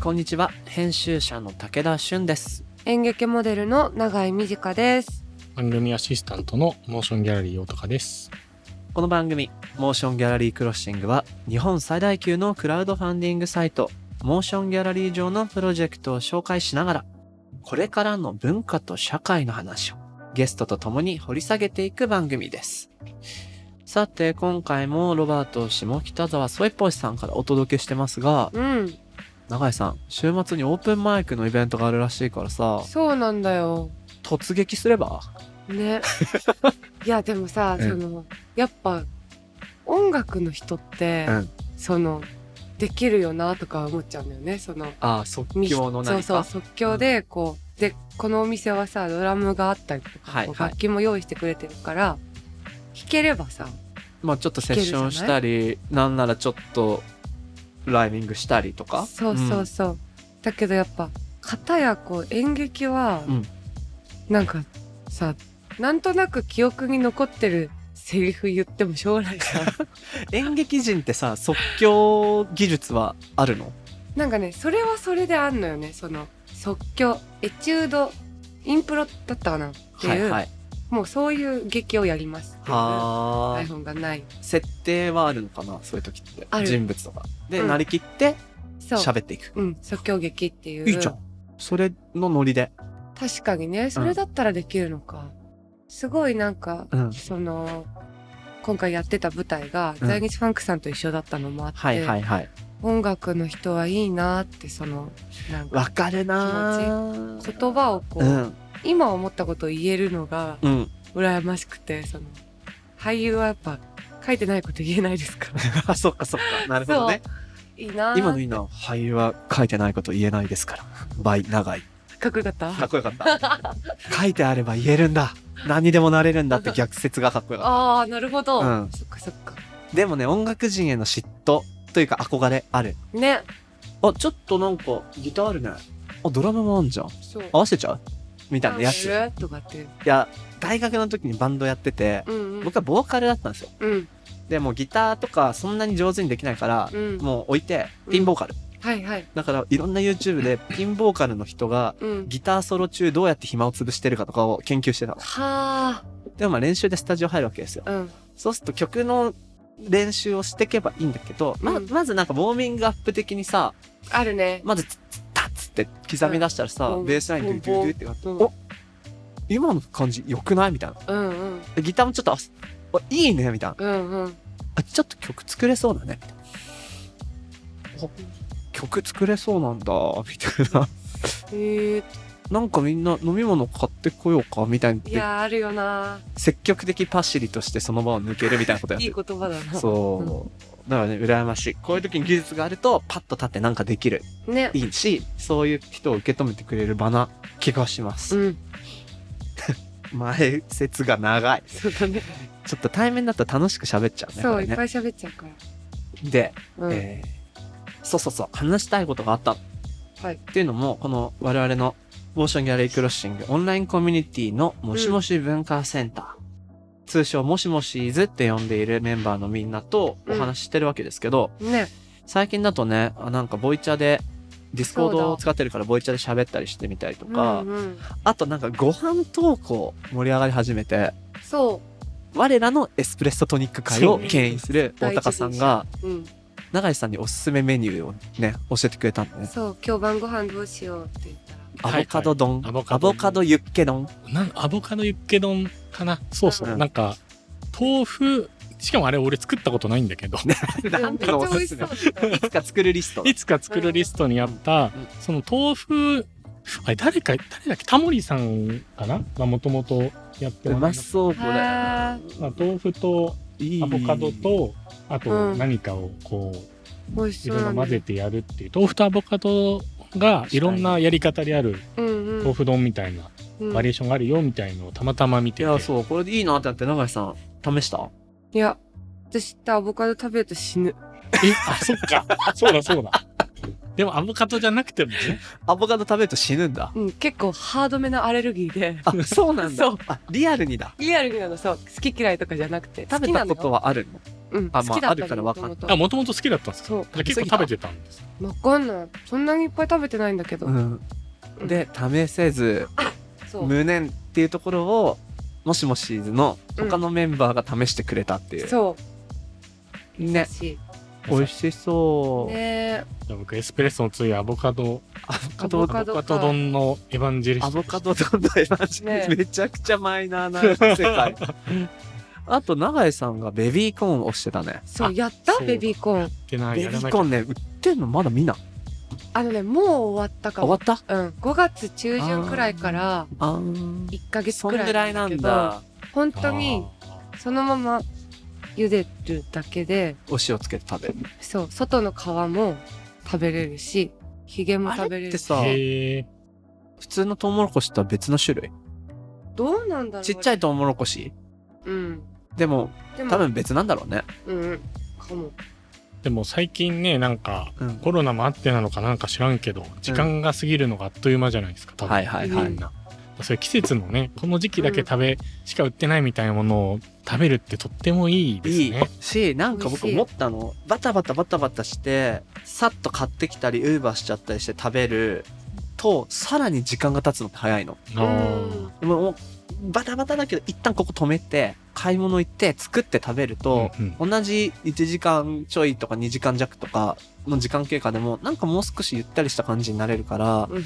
こんにちは編集者の武田俊です演劇モデルの永井美智香です。番組アシスタントのモーションギャラリー大かです。この番組モーションギャラリークロッシングは日本最大級のクラウドファンディングサイトモーションギャラリー上のプロジェクトを紹介しながらこれからの文化と社会の話をゲストと共に掘り下げていく番組ですさて今回もロバート下北沢ソイポシさんからお届けしてますがうん、永井さん週末にオープンマイクのイベントがあるらしいからさそうなんだよ。突撃すれば ね。いや、でもさ、うんその、やっぱ、音楽の人って、うんその、できるよなとか思っちゃうんだよね。その、ああ即み興の何かそうそう、即興で、こう、で、このお店はさ、ドラムがあったりとか、はいこうはい楽器も用意してくれてるから、弾ければさ、まあちょっとセッションしたりなんならちょっとライミングしたりとかそうそうそう、だけどやっぱ片やこう演劇は、うんなんかさなんとなく記憶に残ってるセリフ言っても将 来さうん演劇人ってさ即興技術はあるのなんかねそれはそれであんのよねその即興エチュードインプロだったかなって、はいいうはいもうそういう劇をやりますっていうは台い本がない設定はあるのかなそういう時ってある人物とかで、うんなりきってそう、喋っていくうん、即興劇っていういいじゃんそれのノリで確かにねそれだったらできるのか、すごいなんかうんその今回やってた舞台がうん在日ファンクさんと一緒だったのもあって、はいはいはい音楽の人はいいなってそのなんわかかるなー言葉をこう、うん今思ったことを言えるのがうん 羨ましくてその俳優はやっぱ書いてないこと言えないです からあそっかそっかなるほどねいいな今のいいな俳優は書いてないこと言えないですから by 長井かっこよかったかっこよかった。 書いてあれば言えるんだ。何にでもなれるんだ って逆説がかっこよかっああなるほど、うんそっかそっかた。でもね、音楽人への嫉妬というか憧れある。ねあ、ちょっとなんかギターあるね。あ、ドラムもあんじゃん。そう合わせちゃうみたいなやつ。いなんかとかってや、大学の時にバンドやってて、うんうん僕はボーカルだったんですよ。うんで、もうギターとかそんなに上手にできないから、うんもう置いて、ピンボーカル。はいはいだから、いろんな YouTube でピンボーカルの人が、うんギターソロ中どうやって暇を潰してるかとかを研究してたの。はでもまあ練習でスタジオ入るわけですよ。あうんそうすると曲の練習をしていけばいいんだけど、まうんまずなんかウォーミングアップ的にさ、あるねまずツッツッタッツって刻み出したらさ、うんベースラインドゥドゥドゥってなって、うんお今の感じ良くないみたいな。うんうんでギターもちょっと合わせて、おいいねみたいな。うんうんあ、ちょっと曲作れそうだね。みたいなお曲作れそうなんだ、みたいな。えー、 なんかみんな飲み物買ってこようか、みたいな。いやーあるよな積極的パシリとしてその場を抜けるみたいなことやっていいる言葉だ なそう。だからね、羨ましい。こういう時に技術があると、パッと立ってなんかできる。ねいいし、そういう人を受け止めてくれる場な気がしまうす。ん前説が長い。そうだねちょっと対面だったら楽しく喋っちゃうね。そこうれいっねぱい喋っちゃうからで、うん、えーそうそうそう、話したいことがあったの。はいっていうのも、この我々のモーションギャラリークロッシングオンラインコミュニティのもしもし文化センター。通称、もしもしーずって呼んでいるメンバーのみんなとお話ししてるわけですけど、ね最近だとね、あなんかボイチャで、ディスコードを使ってるからボイチャで喋ったりしてみたりとか、うんうん、あとなんかご飯投稿盛り上がり始めて、そ我らのエスプレッソトニック会を牽引するそう大高さんが、ううん永井さんにおすすめメニューをね、教えてくれたんでね。そう今日晩ご飯どうしようって言ったらアボカド丼、アボアカドボカドユッケ 丼。なんアボカドユッケ丼かなそうそう、うんなんか豆腐しかもあれ俺作ったことないんだけどなんめっかちゃのお美す味しすそめう。だっいつか作るリスト。いつか作るリストにあった、うんその豆腐あれ誰か誰だっけタモリさんかながもともとやってうもらまっそう、これ。はたまあ豆腐といいアボカド、とあうとん何かをこう、た美味しいそうろいなろん混ぜてやるっていう豆腐とアボカドがいろんなやり方であるうんう豆ん腐丼みたいなうんバリエーションがあるよみたいのをたまたま見いててや、そう、これでいいなってなって、永井さん、試したいや私ってアボカド食べると死ぬえ、あ、そっか。そうだそうだ。でもアボカドじゃなくてもね。アボカド食べると死ぬんだ。うん結構ハードめなアレルギーであ、そうなんだそう。あ、リアルにだ。リアルになのそう好き嫌いとかじゃなくて食べたことははあるのうん、あ好きだったまああるから分かったあ、もともと好きだったんですかそうじゃあ結構食べてたんですわかんないそんなにいっぱい食べてないんだけど、うん、で試せずそう無念っていうところをもしもしーずの他のメンバーが試してくれたっていう、そうねし美味しそう、ねじゃあ僕エスプレッソの次アボカドアボカアドボカドアボカド丼のエヴァンジェリストアボカド丼のエヴァンジェリストねめちゃくちゃマイナーな世界あと永井さんがベビーコーンを押してたねそうあやったそうベビーコーンってなベいビやらなーきゃコーンね売ってんのまだ見ないあのねもう終わったか終わもったうん5月中旬くらいからあー1ヶ月そくんらいぐらいなんけどだ本当にあそのまま茹でるだけでお塩つけて食べるそう外の皮も食べれるしヒゲもあ食べれれってるさーへえ普通のトウモロコシとは別の種類どうなんだろうちっちゃいいトウモロコシうんでもでも多分別なんだろうねうんうんかもでも最近ねなんかうんコロナもあってなのかなんか知らんけど時間が過ぎるのがあっという間じゃないですか多分はいはいはい、うんなそういう季節のねこの時期だけ食べしか売ってないみたいなものを食べるってとってもいいですねいいしなんか僕美味しい思ったのバタバタバタバタしてさっと買ってきたりウーバーしちゃったりして食べるとさらに時間が経つのって早いのあーでももうバタバタだけど一旦ここ止めて買い物行って作って食べると、うんうん同じ1時間ちょいとか2時間弱とかの時間経過でもなんかもう少しゆったりした感じになれるからうん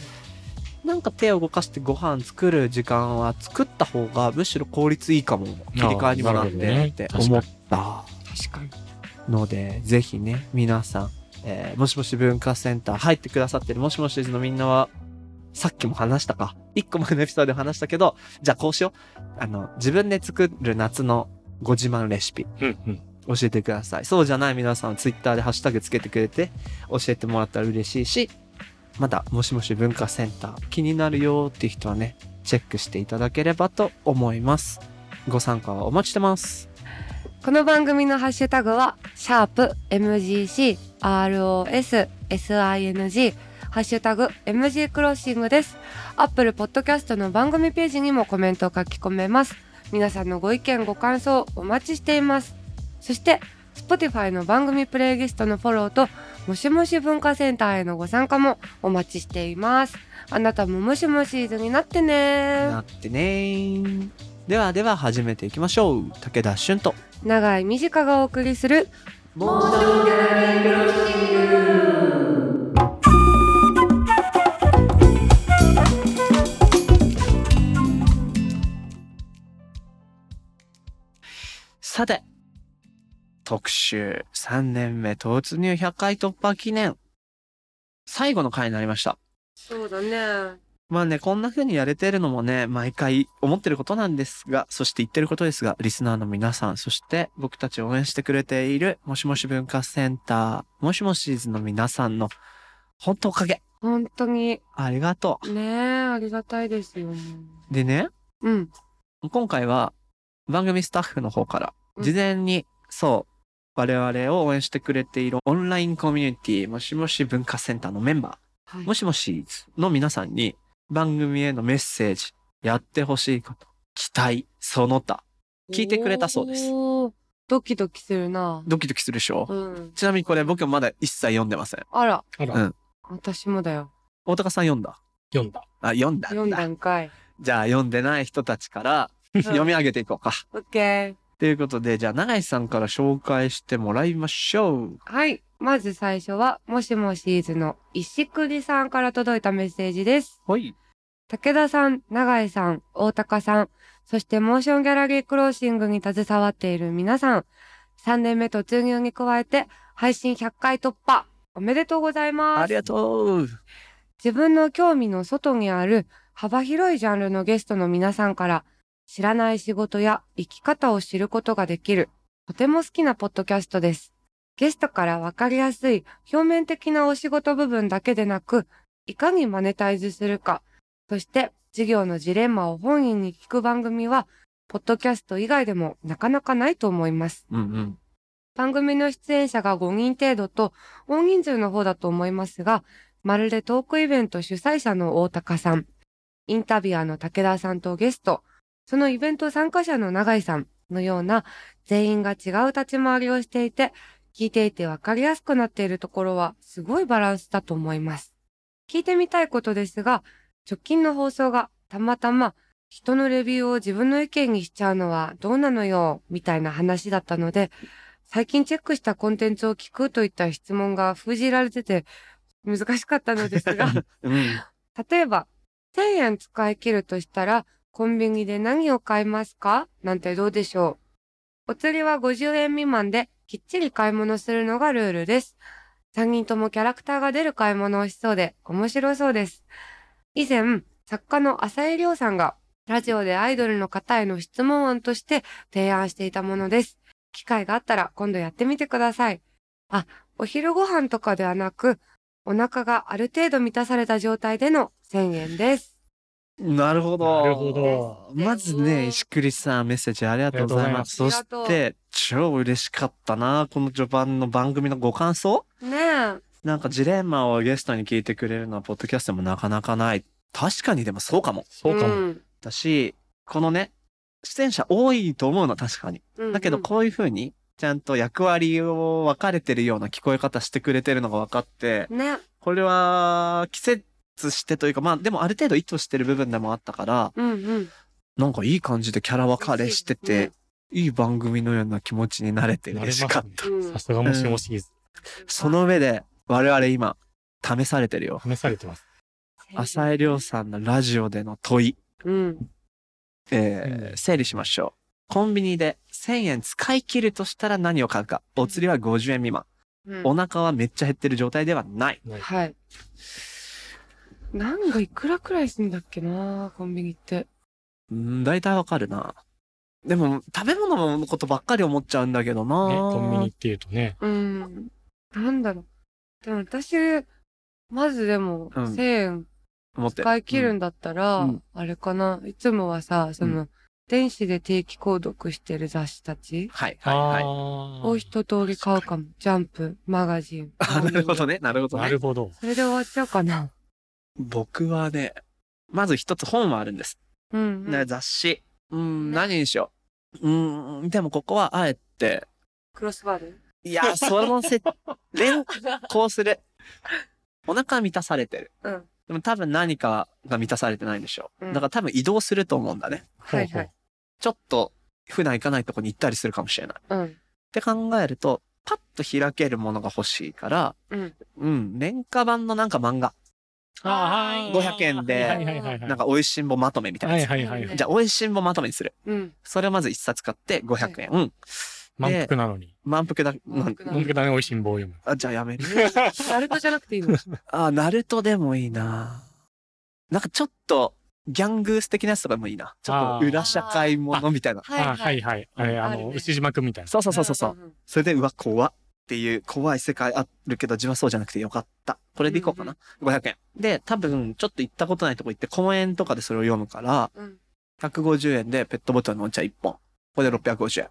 なんか手を動かしてご飯作る時間は作った方がむしろ効率いいかも切り替えにもなっあなるほどてねって思った確かにのでぜひね皆さん、えーもしもし文化センター入ってくださってるもしもしずのみんなはさっきも話したか一個前のエピソードで話したけどじゃあこうしようあの自分で作る夏のご自慢レシピうんうん教えてください。そうじゃない皆さん、ツイッターでハッシュタグつけてくれて、教えてもらったら嬉しいし、また、もしもし文化センター、気になるよーって人はね、チェックしていただければと思います。ご参加はお待ちしてます。この番組のハッシュタグは、シャープ MGC、ROS、SING、ハッシュタグ MG クロッシングです。アップルポッドキャストの番組ページにもコメントを書き込めます。皆さんのご意見、ご感想、お待ちしています。そして、Spotify の番組プレイリストのフォローと、もしもし文化センターへのご参加もお待ちしています。あなたももしもしーずになってねなってねー。ではでは始めていきましょう。武田俊と。長い短がお送りするさて、特集3年目突入100回突破記念。最後の回になりました。そうだね。まあね、こんな風にやれてるのもね、毎回思ってることなんですが、そして言ってることですが、リスナーの皆さん、そして僕たちを応援してくれている、もしもし文化センター、もしもしーずの皆さんの、本当おかげ、本当に。ありがとねえ、ありがたいですよね。う。でね、うん。今回は番組スタッフの方からうん事前に、そう我々を応援してくれているオンラインコミュニティもしもし文化センターのメンバはいーもしもしの皆さんに番組へのメッセージやってほしいこと期待その他聞いてくれたそうですおードキドキするな。ドキドキするでしょ、うん。ちなみにこれ僕まだ一切読んでませんあら、あら、うん私もだよ。大高さん読んだ読んだあ読んだ読んだんかい。じゃあ読んでない人たちから読み上げていこうかオッケー。ということでじゃあ永井さんから紹介してもらいましょうはい。まず最初は、もしもしーずの石栗さんから届いたメッセージです。はい武田さん、永井さん、大高さん、そしてモーションギャラリークローシングに携わっている皆さん、3年目突入に加えて、配信100回突破、おめでとうございますあ。りがとう自分の興味の外にある幅広いジャンルのゲストの皆さんから知らない仕事や生き方を知ることができるとても好きなポッドキャストです。ゲストからわかりやすい表面的なお仕事部分だけでなくいかにマネタイズするかそして事業のジレンマを本人に聞く番組はポッドキャスト以外でもなかなかないと思います。うんうん番組の出演者が5人程度と大人数の方だと思いますが、まるでトークイベント主催者の大高さん、インタビュアーの武田さんとゲスト、そのイベント参加者の永井さん、のような全員が違う立ち回りをしていて、聞いていてわかりやすくなっているところはすごいバランスだと思います。聞いてみたいことですが、直近の放送がたまたま人のレビューを自分の意見にしちゃうのはどうなのよ、みたいな話だったので、最近チェックしたコンテンツを聞くといった質問が封じられてて難しかったのですが、 うん。例えば、1000円使い切るとしたら、コンビニで何を買いますかなんてどうでしょう。お釣りは50円未満で、きっちり買い物するのがルールです。3人ともキャラクターが出る買い物をしそうで、面白そうです。以前、作家の浅井亮さんが、ラジオでアイドルの方への質問案として提案していたものです。機会があったら今度やってみてください。あ、お昼ご飯とかではなく、お腹がある程度満たされた状態での1000円です。なるほど。なるほどまずね、石栗さん、メッセージありがとうございます。あそりがしとうて、超嬉しかったな。この序盤の番組のご感想ねえ。なんかジレンマをゲストに聞いてくれるのは、ポッドキャストでもなかなかない。確かにでもそうかも。そうかも、んだし、このね、出演者多いと思うのは確かに。うんだけど、こういう風に、ちゃんと役割を分かれてるような聞こえ方してくれてるのが分かって、ね。これは、季節してというか、まあ、でもある程度意図してる部分でもあったから、うんうん。なんかいい感じでキャラ分かれしてて、いい番組のような気持ちになれて慣れま嬉すしねかった。うんさすがもしもしぎずその上で、我々今、試されてるよ。試されてます浅井亮さんのラジオでの問い、うん。えーうん整理しましょう。コンビニで1000円使い切るとしたら何を買うか。お釣りは50円未満。うんお腹はめっちゃ減ってる状態ではない。はい。なんかいくらくらいすんだっけなコンビニって。うん、大体わかるな。でも、食べ物のことばっかり思っちゃうんだけどな、ねコンビニっていうとねうん。なんだろう。でも私、まずでも、うん1000円思って。使い切るんだったら、うんうんあれかな。いつもはさ、その、電子で定期購読してる雑誌たちはい、はい、はい。をい一通り買うかも。ジャンプ、マガジン。 あ、なるほどね、なるほどなねる。ほどそれで終わっちゃうかな。僕はね、まず一つ本はあるんです。うん、うねん。雑誌。うん、ね何にしよう。うん、でもここはあえて、クロスワードいや、その せ、連行する。お腹は満たされてる。うん。でも多分何かが満たされてないんでしょう。うんだから多分移動すると思うんだね。はいはい。ちょっと普段行かないとこに行ったりするかもしれない。っうん。て考えると、パッと開けるものが欲しいから、うん。うん、廉価版のなんか漫画。あーはい500円ではいはいはいはいなんか美味しんぼまとめみたいなはやいつ。はいはいはいじゃあ美味しんぼまとめにする。うん。それをまず一冊買って500円。うん。満腹なのに満腹だ、なん満腹だ満腹だね美味しん棒を読むあ、じゃあやめる。ナルトじゃなくて いいのあ、ナルトでもいいな。なんかちょっと、ギャングース的なやつとかでもいいな。ちょっあとー裏社会ものみたいな。はいあはいはいあれああるのね牛島くんみたいなそうそうそうそうそう。う。それで、うわ、怖っていう怖い世界あるけど、自分はそうじゃなくてよかった。これでいこうかな。500円。で、多分、ちょっと行ったことないとこ行って、公園とかでそれを読むから、うん。 150円でペットボトルのお茶1本。これで650円。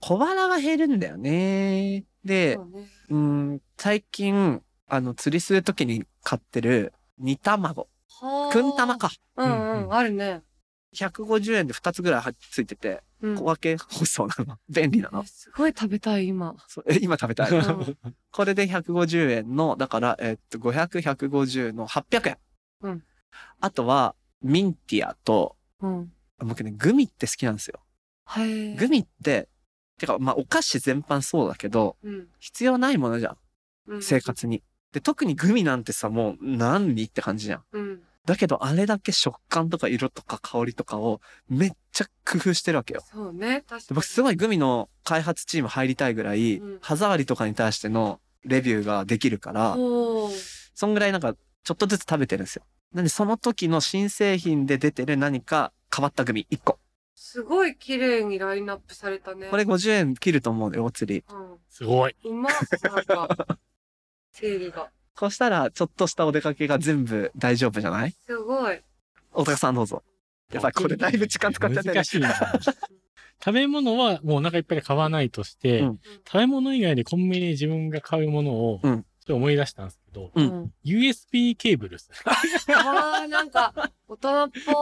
小腹が減るんだよね。でそ、うね。うーん、最近、あの、釣りするときに買ってる、煮卵。はくん玉。か。うんう。うんんあるね。 150円で2つぐらいはついてて、うん小分け包装なの。 便利なのえ。すごい食べたい、今。そうえ今食べたう い。んこれで150円の、だから、えっと、500、150の800円。うんあとは、ミンティアと、うん。僕ね、グミって好きなんですよ。はい。グミって、てか、まあ、お菓子全般そうだけど、うん。必要ないものじゃん。うん生。活に。で、特にグミなんてさ、もう、何にって感じじゃん。うん。だけど、あれだけ食感とか色とか香りとかをめっちゃ工夫してるわけよ。そうね。確でかに。僕すごいグミの開発チーム入りたいぐらいうん、歯触りとかに対してのレビューができるから、おーそんぐらいなんかちょっとずつ食べてるんですよ。なんでその時の新製品で出てる何か変わったグミ1個。すごい綺麗にラインナップされたね。これ50円切ると思うのよ、お釣り。うん。 すごいうまな んか。整理が。そしたら、ちょっとしたお出かけが全部大丈夫じゃないすごい。大高さんどうぞ。やばい、これだいぶ時間使っちゃってね難しいな食べ物はもうお腹いっぱいで買わないとして、うん食べ物以外でコンビニで自分が買うものを、うちょんっと思い出したんですけど、うんん。 USB ケーブルですね。 ああ、なんか、大人っぽ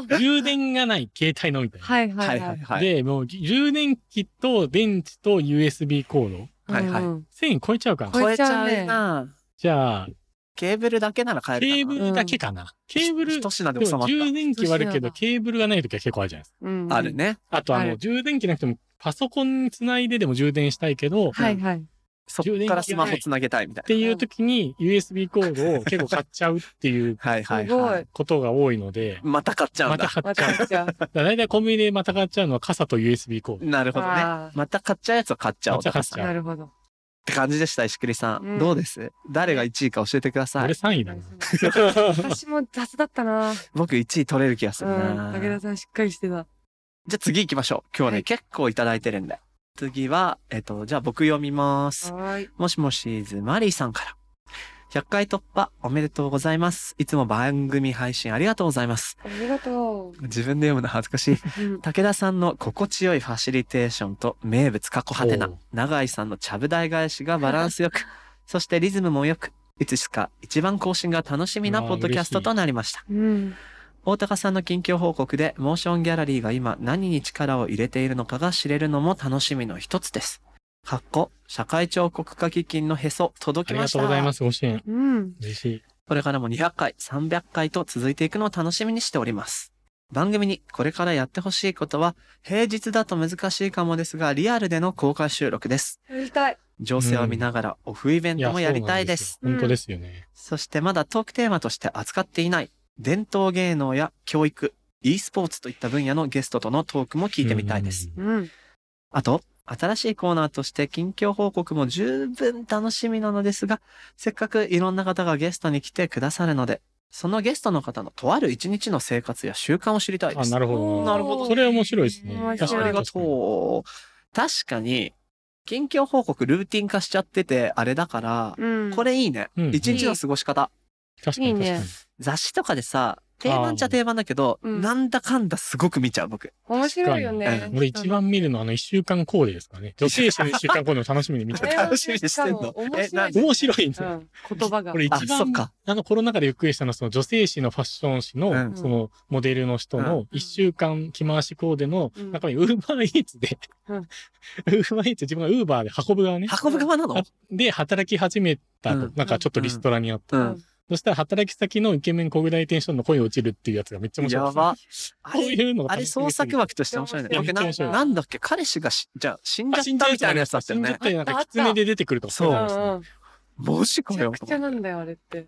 ー。充電がない携帯のみたいな。はいはいははいい。はい。で、もう充電器と電池と USB コード。はいはいうん1000超えちゃうかな超え超えちゃ超えちゃううな。じゃあ、ケーブルだけなら買えケるかな。ーブルだけかな。ケーブル、一品でで収まもっ充電器はあるけど、一ケーブルがないときは結構あるじゃないですか。うんうんた。ある。ね。あと、ああの、る充電器なくても、パソコンにつないででも充電したいけど、っはいはい。そっからスマホつなげたいみたいていう時に USB コードを結構買っちゃうっていうな。はいはいすごはいい。ことが多いので、また買っちゃうんまただ。買っわ ちゃう。かっちゃう。だいたいコンビニでまた買っちゃうのは傘と USB コード。なるほどね。あまた買っちゃうやつは買っちゃおうまた買っちゃうーなるほど。って感じでした、石栗さん。うんどうです誰が1位か教えてくださ俺い。 3位だな。 私も雑だったな。うん。僕1位取れる気がするな。武田さんしっかりしてた。じゃあ次行きましょう。今日ね、はい結構いただいてるんで。次は、えっと、じゃあ僕読みます。はーい。もしもしーず、マリーさんから。100回突破おめでとうございます。いつも番組配信ありがとうございます。ありがと自分で読むの恥ずかしい。う。うん。武田さんの心地よいファシリテーションと名物過去派手なおう永井さんのちゃぶ台返しがバランスよく、そしてリズムもよく、いつしか一番更新が楽しみなうわーポッドキャスト嬉しいとなりました。うん。大高さんの近況報告で、モーションギャラリーが今何に力を入れているのかが知れるのも楽しみの一つです。かっこ、社会彫刻家基金のへそ、あ届きりまがした。とうございます、ご支援。うん。嬉しい。これからも200回、300回と続いていくのを楽しみにしております。番組にこれからやってほしいことは、平日だと難しいかもですが、リアルでの公開収録です。やりたい。情勢を見ながらオフイベンいトもやりたいそうなんでよす。うん本当ですよね。そしてまだトークテーマとして扱っていない、伝統芸能や教育、e スポーツといった分野のゲストとのトークも聞いてみたいです。うん。うん。あと、新しいコーナーとして近況報告も十分楽しみなのですが、せっかくいろんな方がゲストに来てくださるので、そのゲストの方のとある一日の生活や習慣を知りたいであ、す。なるほど。なるほどそれ面白いですね。面白い確かあにりが確かにとう。確かに、近況報告ルーティン化しちゃってて、あれだから、うん。これいいねう。ん一日の過ごし方。確かにいい確ねかに。雑誌とかでさ、定番っちゃ定番だけど、うんなんだかんだすごく見ちゃう、僕。面白いよねう。俺一番見るのはあの一週間コーデですかね。女性誌の一週間コーデを楽しみに見て あれた。は楽しみにしてんのしかも面えな白い。面白いんですうよ。ん。言葉が。これ一あそっか番、あの、コロナ禍でゆっくりしたのは、その女性誌のファッション誌の、うんその、モデルの人うの、一週間着回しコーデの中に、ウーバーイーツで、う ウんーバーイーツ自分がウーバーで運ぶ側ね。運ぶ側なのあで、働き始めたうとん、なんかちょっとリストラにあった。ううんん。そしたら、働き先のイケメン小暮大テンションの恋落ちるっていうやつがめっちゃ面白いでやすね。ば。あこうれ、いうのがあれ楽しみ創です作枠として面白いね。いや僕なめっちゃ面白いなんだっけ彼氏がし、じゃあ死んじゃあっ死んじたゃうみたいなやつだったよ死んじゃねっ。たり、なんあか、った狐で出てくるとか。そうなんですねうん。マジかめちゃよ。くちゃなんだよ、あれって。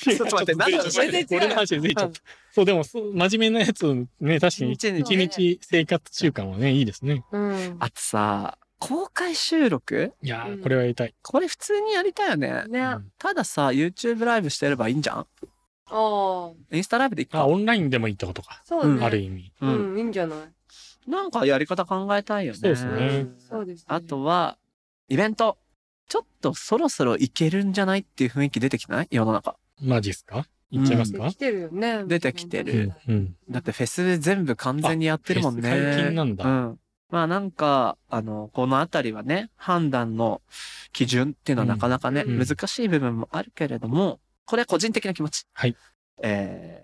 ちょっと待って何の話全然違う俺の話でずいちゃった。そう、でも、そう真面目なやつ、ね、確かに、一日一に日生活習慣はね、いいですね。うん。あとさ、公開収録いやうんー、これはやりたい。これ普通にやりたいよね。ね。あたださ、YouTube ライブしてればいいんじゃんあ。インスタライブでいっあ、か。オンラインでもいいってことか。そううんね。ある意味。う。うんん、いいんじゃないなんかやり方考えたいよね。そうですうねんそうですね。あとは、イベント。ちょっとそろそろいけるんじゃないっていう雰囲気出てきてない世の中。マジっすかいっちゃいます出かてきてるよね。出てきてうるん。うん。だってフェス全部完全にやってるもんね。あフェス解禁なんだうん。まあなんか、あの、このあたりはね、判断の基準っていうのはなかなかね、うん難しい部分もあるけれども、これ個人的な気持ち。はい。えーえー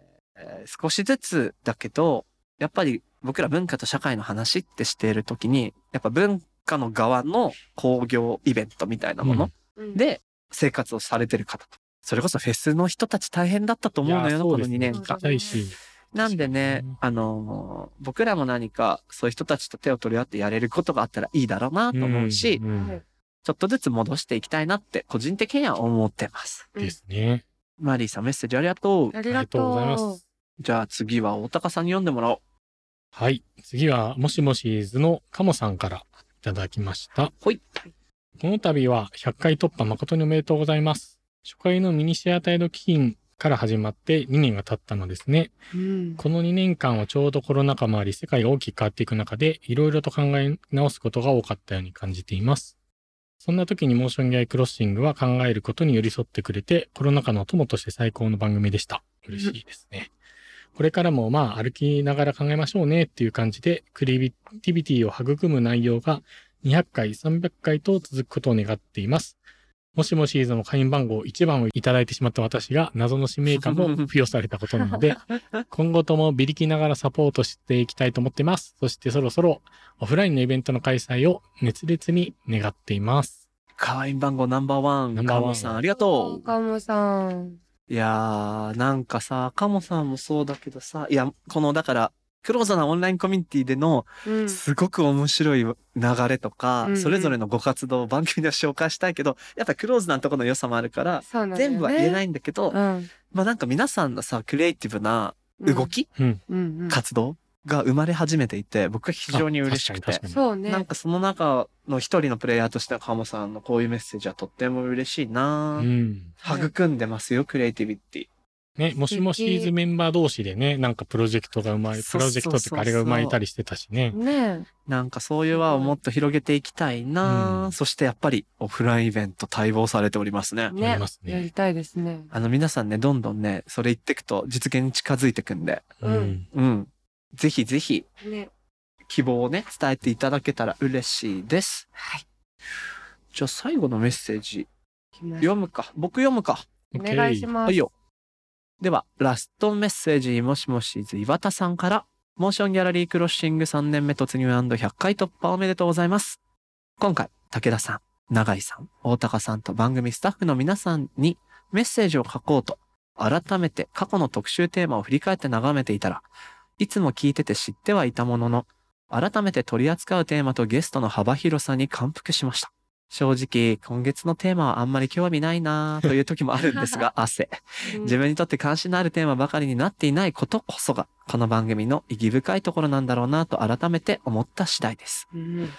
少しずつだけど、やっぱり僕ら文化と社会の話ってしているときに、やっぱ文化の側の工業イベントみたいなもの、うんうん、で生活をされてる方と。それこそフェスの人たち大変だったと思うのいやよ、ーこそのうです2ね年そ間う。たいし。なんでねうん、あのー僕らも何かそういう人たちと手を取り合ってやれることがあったらいいだろうなと思うし、んんはいちょっとずつ戻していきたいなって個人的には思ってます。うんですね。マリーさんメッセージありがとう。あありりががととううございます。。じゃあ次は大高さんに読んでもらおう。はい。次は、もしもしーずのカモさんからいただきました。ほい。この度は100回突破誠におめでとうございます。初回のミニシアタイド基金から始まって2年が経ったのですね。うん。この2年間はちょうどコロナ禍もあり、世界が大きく変わっていく中で、いろいろと考え直すことが多かったように感じています。そんな時にモーションギャイクロッシングは考えることに寄り添ってくれて、コロナ禍の友として最高の番組でした。嬉しいですね。これからもまあ歩きながら考えましょうねっていう感じで、クリエイティビティを育む内容が200回、300回と続くことを願っています。もしもシーズンの会員番号1番をいただいてしまった私が謎の使命感も付与されたことなので、今後ともビリきながらサポートしていきたいと思ってます。そしてそろそろオフラインのイベントの開催を熱烈に願っています。会員番号ナンバーワン、ナンバーワンカモさん、ありがとカモさん。う。いやー、なんかさ、カモさんもそうだけどさ、いや、この、だから、クローザなオンラインコミュニティでの、うん。すごく面白い流れとか、うんうんそれぞれのご活動を番組では紹介したいけど、やっぱクローズなとこの良さもあるから、そうなんだよね。全部は言えい。ないんだけど、うん。まあなんか皆さんのさ、クリエイティブな動き、うん。うんうん。活動が生まれ始めていて、僕は非常に嬉しくあ確てか。に確かそうね。なんかその中の一人のプレイヤーとしてのカモさんのこういうメッセージはとっても嬉しいな、にうん。育んでますよ、クリエイティビティ。ね、もしもシーズンメンバー同士でね、なんかプロジェクトが生まれ、プそうそロうそジうェそクうトっていうかあれが生まれたりしてたしね。ねなんかそういう輪をもっと広げていきたいな、うんそしてやっぱりオフラインイベント待望されておりますねえ。。思いねますねやりたいですね。あの皆さんね、どんどんね、それ言ってくと実現に近づいてくんで、うんうん。うん。ぜひぜひね。希望をね、伝えていただけたら嬉しいです。はい。じゃあ最後のメッセージ来ました読むか。僕読むか。お願いし OK まはす。いよ。では、ラストメッセージ、もしもしず岩田さんから、モーションギャラリークロッシング3年目突入 &100 回突破おめでとうございます。今回、武田さん、永井さん、大高さんと番組スタッフの皆さんにメッセージを書こうと、改めて過去の特集テーマを振り返って眺めていたら、いつも聞いてて知ってはいたものの、改めて取り扱うテーマとゲストの幅広さに感服しました。正直、今月のテーマはあんまり興味ないなぁという時もあるんです が、汗。うん自分にとって関心のあるテーマばかりになっていないことこそが、この番組の意義深いところなんだろうなと改めて思った次第です。うん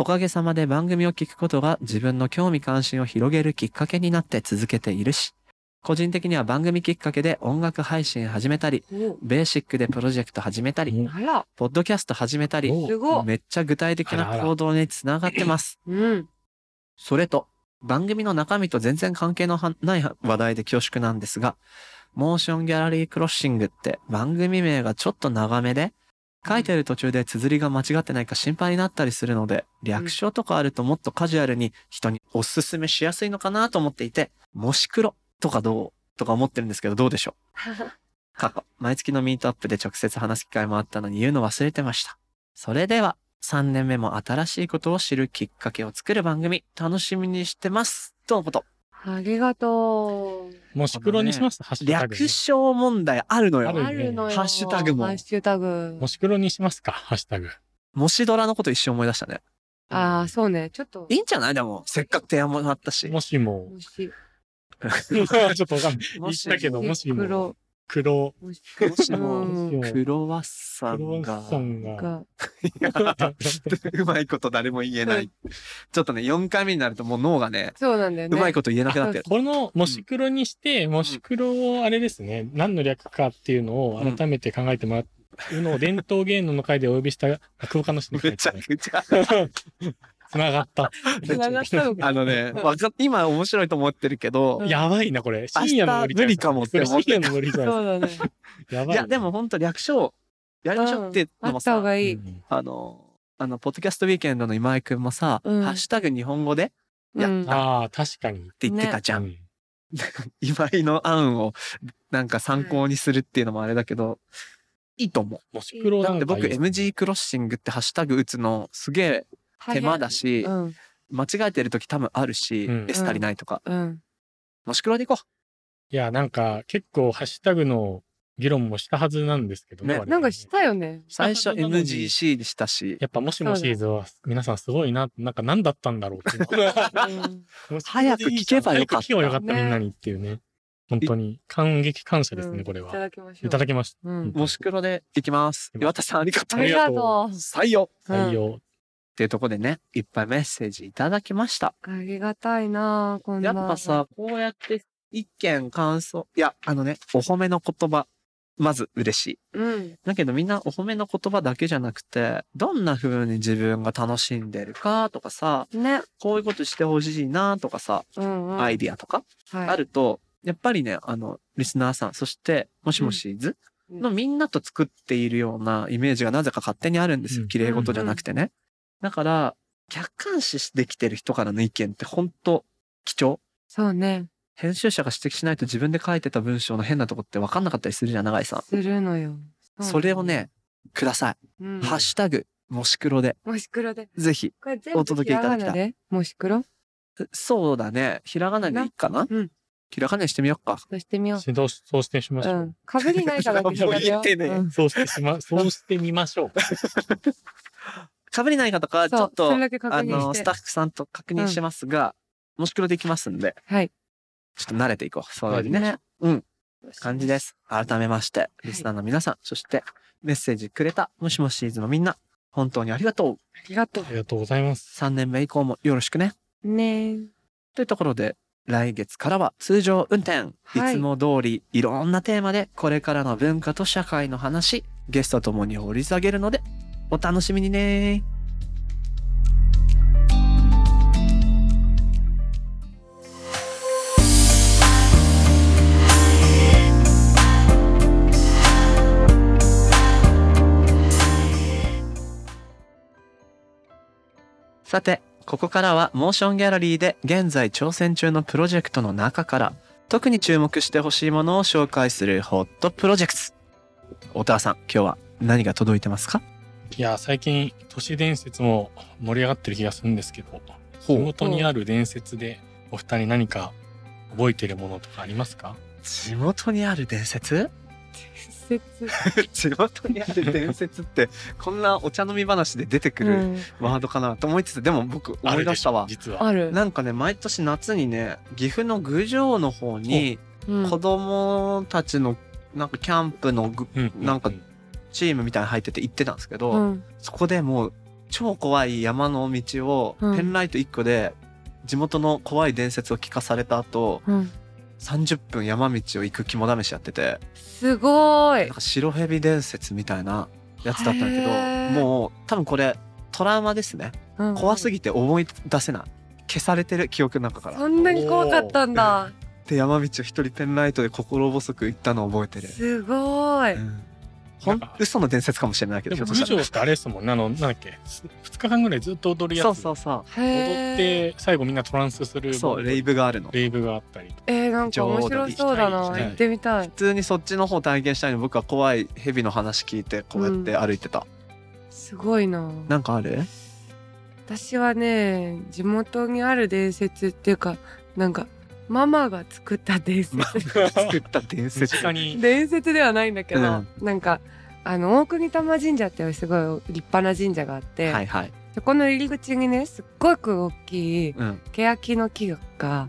おかげさまで番組を聞くことが自分の興味関心を広げるきっかけになって続けているし、個人的には番組きっかけで音楽配信始めたり、おベーシックでプロジェクト始めたり、あら、ポッドキャスト始めたり、おすごい。めっちゃ具体的な行動につながってます。 うん。それと、番組の中身と全然関係のはない話題で恐縮なんですが、モーションギャラリークロッシングって番組名がちょっと長めで、書いてる途中で綴りが間違ってないか心配になったりするので、略称とかあるともっとカジュアルに人におすすめしやすいのかなと思っていて、もし黒とかどうとか思ってるんですけどどうでしょう過去、毎月のミートアップで直接話す機会もあったのに言うの忘れてました。それでは、3年目も新しいことを知るきっかけを作る番組、楽しみにしてます。とのこと。ありがとう。もし黒にしました、ハッシュタグね。略称問題あるのあるよ。あるのよ。ハッシュタグもハッシュタグも。し黒にしますか、ハッシュタグ。もしドラのこと一瞬思い出したね。ああ、そうね。ちょっとい。いんじゃないでも、せっかく提案もあったし。も しも、もし、ちょっとわかんない。言もっしたけど、もしも、黒、黒、もし、もしももしもクロワッサン黒が、さんが。が、うまいこと誰も言えない。ちょっとね、4回目になるともう脳がね、そうなんだようね。まいこと言えなくなってる。 この、もし黒にして、もし黒をあれですね、何の略かっていうのを改めて考えてもらうのを、伝統芸能の会でお呼びした落語家の人に書めいちてゃもらくちゃ。う 繋がった。繋がったのか。あの ね、わかっ今面白いと思ってるけど、やばいな、これ。明深夜の日森無理かもって思っ深て夜の森じゃないそうだね。ですかやばいい。や、でも、本当略称、やりましょうってあのもっさ、た方がういい。んあの、あの、ポッドキャストウィーケンドの今井くんもさ、うんハッシュタグ日本語でっうやん。ああ、確かに。て言ってたじゃん。うん今井の案をなんか参考にするっていうのもあれだけど、いいと思もし黒う。だなっんてか僕いいですね MG クロッシングってハッシュタグ打つのすげえ手間だしう、ん。間違えてる時多分あるし、うん S 足りないとか、うん。もし黒でいこいや、なんか、結構、ハッシュタグの議論もしたはずなんですけどね我々なんかしたよね。う。最初ハッシュタグなのに MGC にしたし、やっぱ、もしもシーズンは、皆さんすごいな、なんか、何だったんだろうっていう のがうんもし早く聞けばよかった早く聞けばよかった、ねみんなにっていうね。本当に、感激感謝ですうね、んこれいはた。だきましょいうた。だきましうん。もし黒でいきます。岩田さんありがとうあ。りがと採用た。採用。っていうところでね、いっぱいメッセージいただきました。う。ありがたいなあこんな。やっぱさ、こうやって意見、感想、いや、あのね、お褒めの言葉、まず嬉しい。うん。だけどみんなお褒めの言葉だけじゃなくて、どんな風に自分が楽しんでるかとかさ、ね。こういうことしてほしいなとかさ、うんうん。アイディアとかはい。あると、やっぱりね、あの、リスナーさん、そして、もしもしーずうんのみんなと作っているようなイメージがなぜか勝手にあるんですうよ。ん綺麗事じゃなくてね。だから、客観視できてる人からの意見って本当貴重。そうね。編集者が指摘しないと自分で書いてた文章の変なとこって分かんなかったりするじゃん、永井さん。するのよ。うそれをね、くださうい。ん、ハッシュタグ、もし黒で、もし黒で。ぜひ。これ全お部届ひけいらただがきたいなでもし黒そうだね。ひらがなでいいかなうん。ひらがなにしてみようか。そうしてみよう。どうしそうしてしましうょう。ん。かぶりないからだけ調べよもう言ってねう。うんそうしてし ま、そうしてみましょう。かぶりないかとか、ちそょうっ、そとれ、だけ確あ認の、しスてタ。ッフさんと確認してますが、もし黒でいきますんで、はい。ちょっと慣れていこう。そうです慣れね。うん。感じで。す。改めまして、リスナーの皆さん、そして、メッセージくれた、もしもシーズのみんな、本当にありがとう。ありがとありがとうございます。 3年目以降もよろしくね。う。ね え。というところで、来月からは通常運転。はいいつも通り、いろんなテーマで、これからの文化と社会の話、ゲストともに掘り下げるので、お楽しみにねさて、ここからはモーションギャラリーで現在挑戦中のプロジェクトの中から、特に注目してほしいものを紹介するホットプロジェクト。小田さん、今日は何が届いてますかいや、最近、都市伝説も盛り上がってる気がするんですけど、地元にある伝説で、お二人何か覚えてるものとかありますか地元にある伝説施設。 地元にある伝説って、こんなお茶飲み話で出てくうるんワードかなと思いつつ、でも僕思い出したあわる。でしょ実は。ある。なんかね、毎年夏にね、岐阜の郡上の方に、うん子供たちのなんかキャンプのぐうんなんかうチームみたいなの入ってて行ってたんですけど、うん。そこでもう超怖い山の道をうんペンライト1個で地元の怖い伝説を聞かされた後うん。 30分山道を行く肝試しやっててすごーないん。か白蛇伝説みたいなやつだったんへだーけどもう多分これトラウマですね怖すぎぎて思い出せない消されてる記憶の中からそんなに怖かったんだ。で山道を一人ペンライトで心細く行ったのを覚えてる、すごうーい。ん、ほんなんか嘘の伝説かもしれないけでども、ひょっ郡としたら上ってあれですもんね、あの、なんだっけ、2日間ぐらいずっと踊るやつ。そうそうそ踊っへえ。て、最後みんなトランスすうる。そうレイブがあるのレイブがあったりとか。えー、なんか面白そうだな。行きたい行ってみたい普。通にそっちの方体験したいの僕は怖い蛇の話聞いてこうやって歩いてた、すごいな。なんかあ る私はね、地元にある伝説っていうか、なんか、ママが作った伝説。 作った伝 身説 近に。伝説ではないんだけど、うんなんかあの大国玉神社っていうすごい立派な神社があって、はいはい、そこの入り口にねすっごく大きいうん欅の木が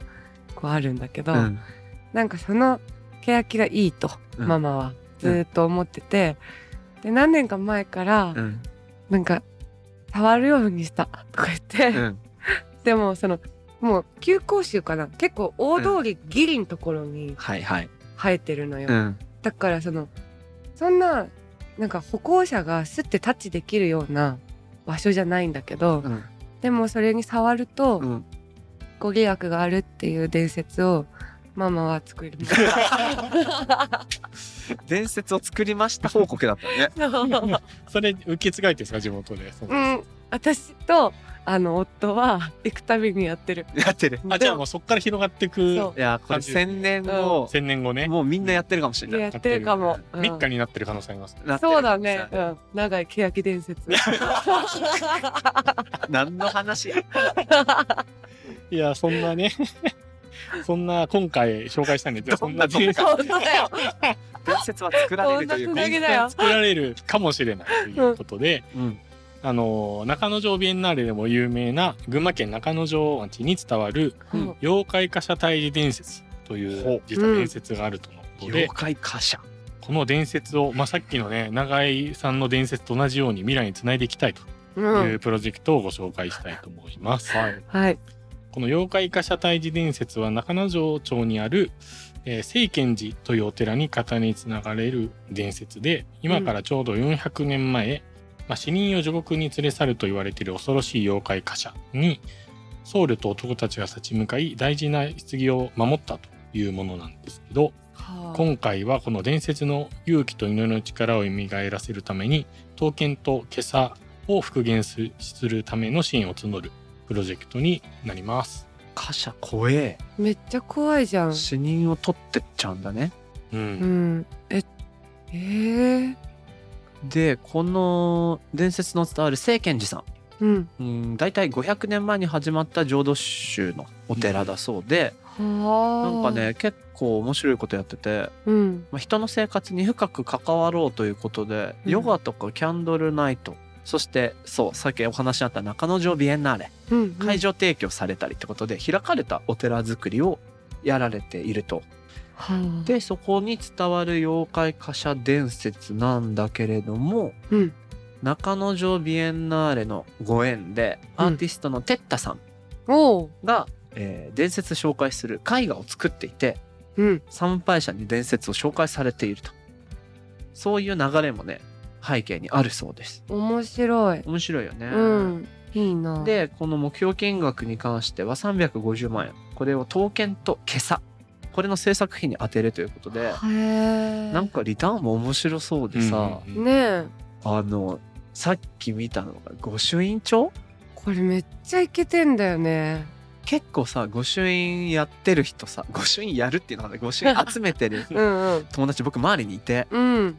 こうあるんだけど、うん、なんかその欅がいいと、うんママはずーっと思ってて、で何年か前から、うんなんか触るようにしたとか言って、うんでもそのもう旧甲州かな結構大通りギリのところにはいはい、生えてるのよ。うんだからそのそんななんか歩行者がスッてタッチできるような場所じゃないんだけどうんでもそれに触るとうん、ご利益があるっていう伝説をママは作りました伝説を作りました報告だったね それ、受け継がれてるんですか、地元で。そうのん私とあの夫は行くたびにやってるやってるあ、じゃあもうそっから広がっていそくういやこれ千年後、千年後ね。もうみんなやってるかもしれない、やってるかも、うん3日になってる可能性ありますね。なってるそかうだもしれないね、うん、長い欅伝 説 何の話やいや、そんなね、 そんな今回紹介したんですよ。どそんんなな伝説本当だよ伝説は作られるというそんな繋げだよ作られるかもしれないということで、うんあの、中野城ビエンナーレでも有名な群馬県中野城町に伝わるうん妖怪化社退治伝説といほうう実は伝説があるとのことで、妖怪化社この伝説を、まあ、さっきのね、永井さんの伝説と同じように未来につないでいきたいとういうんプロジェクトをご紹介したいと思います。はいこの妖怪化社退治伝説は中野城町にある、えー、聖賢寺というお寺に語りつながれる伝説で今からちょうど400年前、まあ、死人を地獄に連れ去ると言われている恐ろしい妖怪化社に僧侶と男たちが立ち向かい大事な棺を守ったというものなんですけど今回はこの伝説の勇気と祈りの力を蘇らせるために刀剣と袈裟を復元すするための支援を募るプロジェクトになります。貨車怖え。めっちゃ怖いじゃん。死人を取ってっちゃうんだね。う。うんん。え、えー、で、この伝説の伝わる聖賢寺さん。うん。うん、大体500年前に始まった浄土宗のお寺だそうで、はあ。なんか。ね結構面白いことやってて、うん。まあ、人の生活に深く関わろうということで、うんヨガとかキャンドルナイトそしてそうさっきお話しあった中之条ビエンナーレうん、うん。会場提供されたりってことで開かれたお寺作りをやられていると。はあ。、でそこに伝わる妖怪貨車伝説なんだけれどもうん。中之条ビエンナーレのご縁でアーティストのテッタさんおう。が、えー伝説紹介する絵画を作っていてうん。参拝者に伝説を紹介されているとそういう流れもね背景にあるそうです面白い。面白いよね、うん。いいな。、でこの目標金額に関しては350万円これを刀剣と袈裟これの制作費に充てるということでへえ。なんかリターンも面白そうでさ、うん、ねえ。あのさっき見たのが御朱印帳これめっちゃイケてんだよね。結構さ御朱印やってる人さ御朱印やるっていうのがね御朱印集めてるうんうん。友達僕周りにいてうん。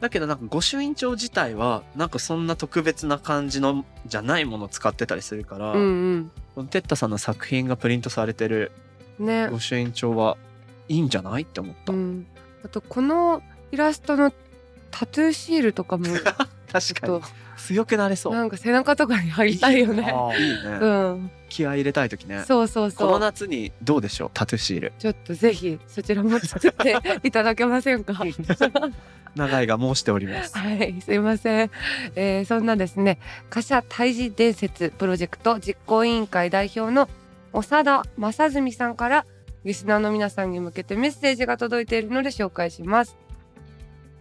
だけどなんか御朱印帳自体はなんかそんな特別な感じのじゃないものを使ってたりするから、うんこのテッタさんの作品がプリントされてるうん。ね。御朱印帳はいいんじゃないって思った、うん。あとこのイラストのタトゥーシールとかも 確かとに強くなれそうなんか背中とかに貼りたいよね。あーいいね、うん。気合い入れたい時ねそうそうこのそう。夏にどうでしょうタトゥーシールちょっとぜひそちらも作っていただけませんか。長井が申しておりますはい、すいません。えーそんなですね、貨車退治伝説プロジェクト実行委員会代表の長田正純さんから、リスナーの皆さんに向けてメッセージが届いているので紹介します。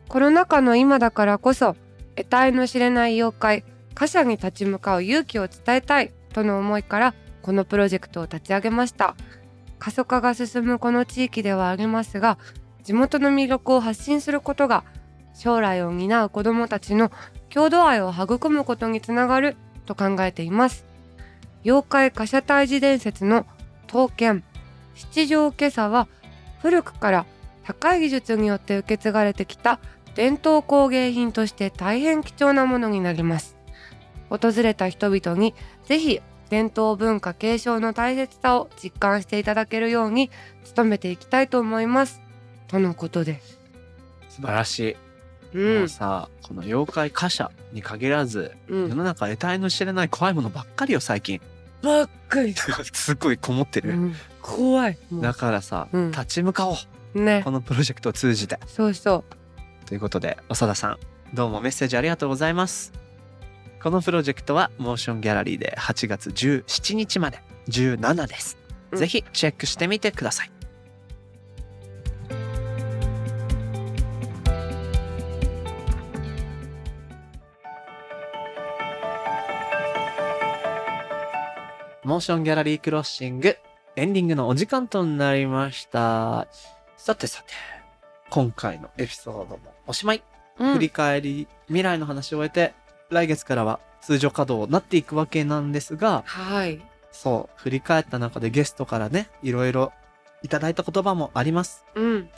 コロナ禍の今だからこそ、得体の知れない妖怪、貨車に立ち向かう勇気を伝えたいとの思いから、このプロジェクトを立ち上げました。過疎化が進むこの地域ではありますが、地元の魅力を発信することが将来を担う子どもたちの郷土愛を育むことにつながると考えています妖怪貨車退治伝説の刀剣七条袈裟は古くから高い技術によって受け継がれてきた伝統工芸品として大変貴重なものになります訪れた人々にぜひ伝統文化継承の大切さを実感していただけるように努めていきたいと思いますとのことで素晴らしうい、もうさこの妖怪貨車に限らず、う世の中得体の知れない怖いものばっかりよ最近 ばっかり、すっごいこもってる、怖いだからさ、うん立ち向かおうねこのプロジェクトを通じてそうそということで長田さんどうもメッセージありがとうございますこのプロジェクトはモーションギャラリーで8月17日まで17です、うんぜひチェックしてみてくださいモーションギャラリークロッシングエンディングのお時間となりましたさてさて今回のエピソードもおしまい、う、うん振り返り未来の話を終えて来月からは通常稼働になっていくわけなんですがはいそう振り返った中でゲストからねいろいろいただいた言葉もありますうん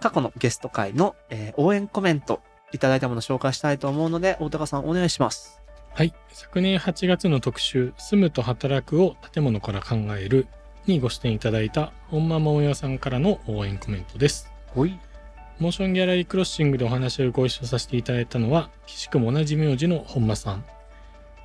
過去のゲスト会の、えー応援コメントいただいたもの紹介したいと思うので大高さんお願いしますはい。昨年8月の特集、住むと働くを建物から考えるにご視点いただいた本間桃代さんからの応援コメントです。ほいモーションギャラリークロッシングでお話をご一緒させていただいたのは、岸くも同じ名字の本間さん。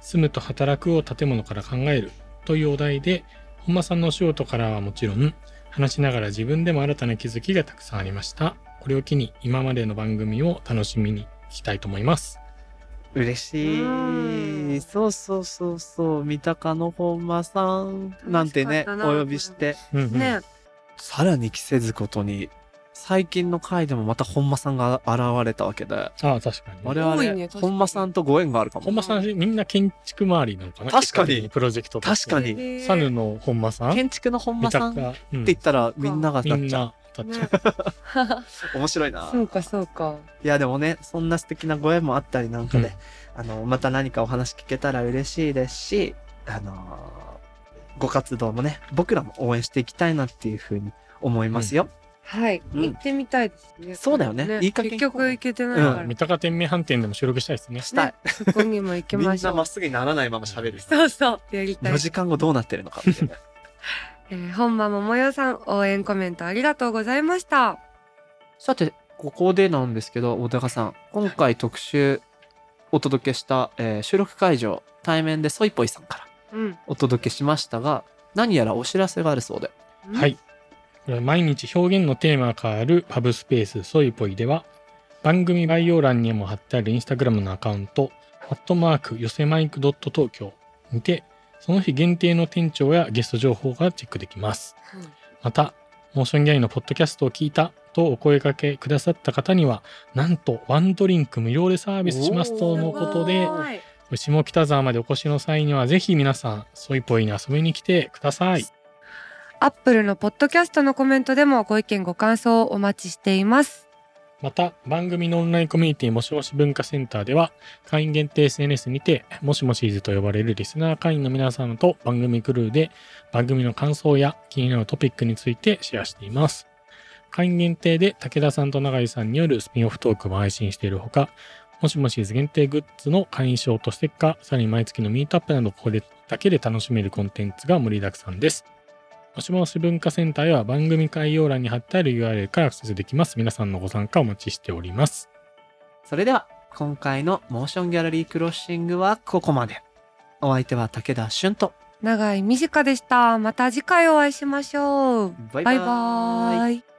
住むと働くを建物から考えるというお題で、本間さんのお仕事からはもちろん、話しながら自分でも新たな気づきがたくさんありました。これを機に今までの番組を楽しみにしたいと思います。嬉しい、うんそうそうそうそう三鷹の本間さんなんてね楽しかおったな呼びしてうんうんねさらに着せずことに、最近の回でもまた本間さんが現れたわけで、ああ、確かに。我多い々、ね確かに本間さんとご縁があるかも。本間さん、みんな建築周りなのかな確かに結果的プロジェクトとして確かに、へーサヌの本間さん建築の本間さんって三鷹うん言ったらみんながみなっんちゃう。な立っちゃね う。面白いなそ。うかそうかいやでもね、そんな素敵なご縁もあったりなんかで、あの、また何かお話聞けたら嬉しいですし、あのーご活動もね、僕らも応援していきたいなっていうふうに思いますよ。はい、うん行ってみたいですね。そうだよねいい加減結局行けてないから、う三鷹店名飯店でも収録したいですね。したい。そこにも行 きみんましょなう。まっすぐにならないまま喋る。そうそう、やりたい4。時間後どうなってるのかみたいな。えー、本間桃代さん、応援コメントありがとうございました。さて、ここでなんですけど、大高さん、今回特集お届けした、えー収録会場、対面でソイポイさんからうん。お届けしましたが、何やらお知らせがあるそうで。はい。これは毎日表現のテーマが変わるパブスペースソイポイでは番組概要欄にも貼ってあるインスタグラムのアカウント「アットマーク寄せマイクドット東京」にてその日限定の店長やゲスト情報がチェックできますうんまたモーションギャイのポッドキャストを聞いたとお声掛けくださった方にはなんとワンドリンク無料でサービスしますとのこすとでごい下北沢までお越しの際にはぜひ皆さんソイポイに遊びに来てくださいアップルのポッドキャストのコメントでもご意見ご感想をお待ちしています。また番組のオンラインコミュニティもしもし文化センターでは会員限定 SNS にてもしもしーずと呼ばれるリスナー会員の皆さんと番組クルーで番組の感想や気になるトピックについてシェアしています会員限定で武田さんと永井さんによるスピンオフトークも配信しているほかもしもしーず限定グッズの会員証とステッカーさらに毎月のミートアップなどこれだけで楽しめるコンテンツが盛りだくさんですもしもし文化センターへは番組概要欄に貼ってある URL からアクセスできます。皆さんのご参加お待ちしております。それでは、今回のモーションギャラリークロッシングはここまで。お相手は武田俊と。長井美佳でした。また次回お会いしましょう。ババイバーイ。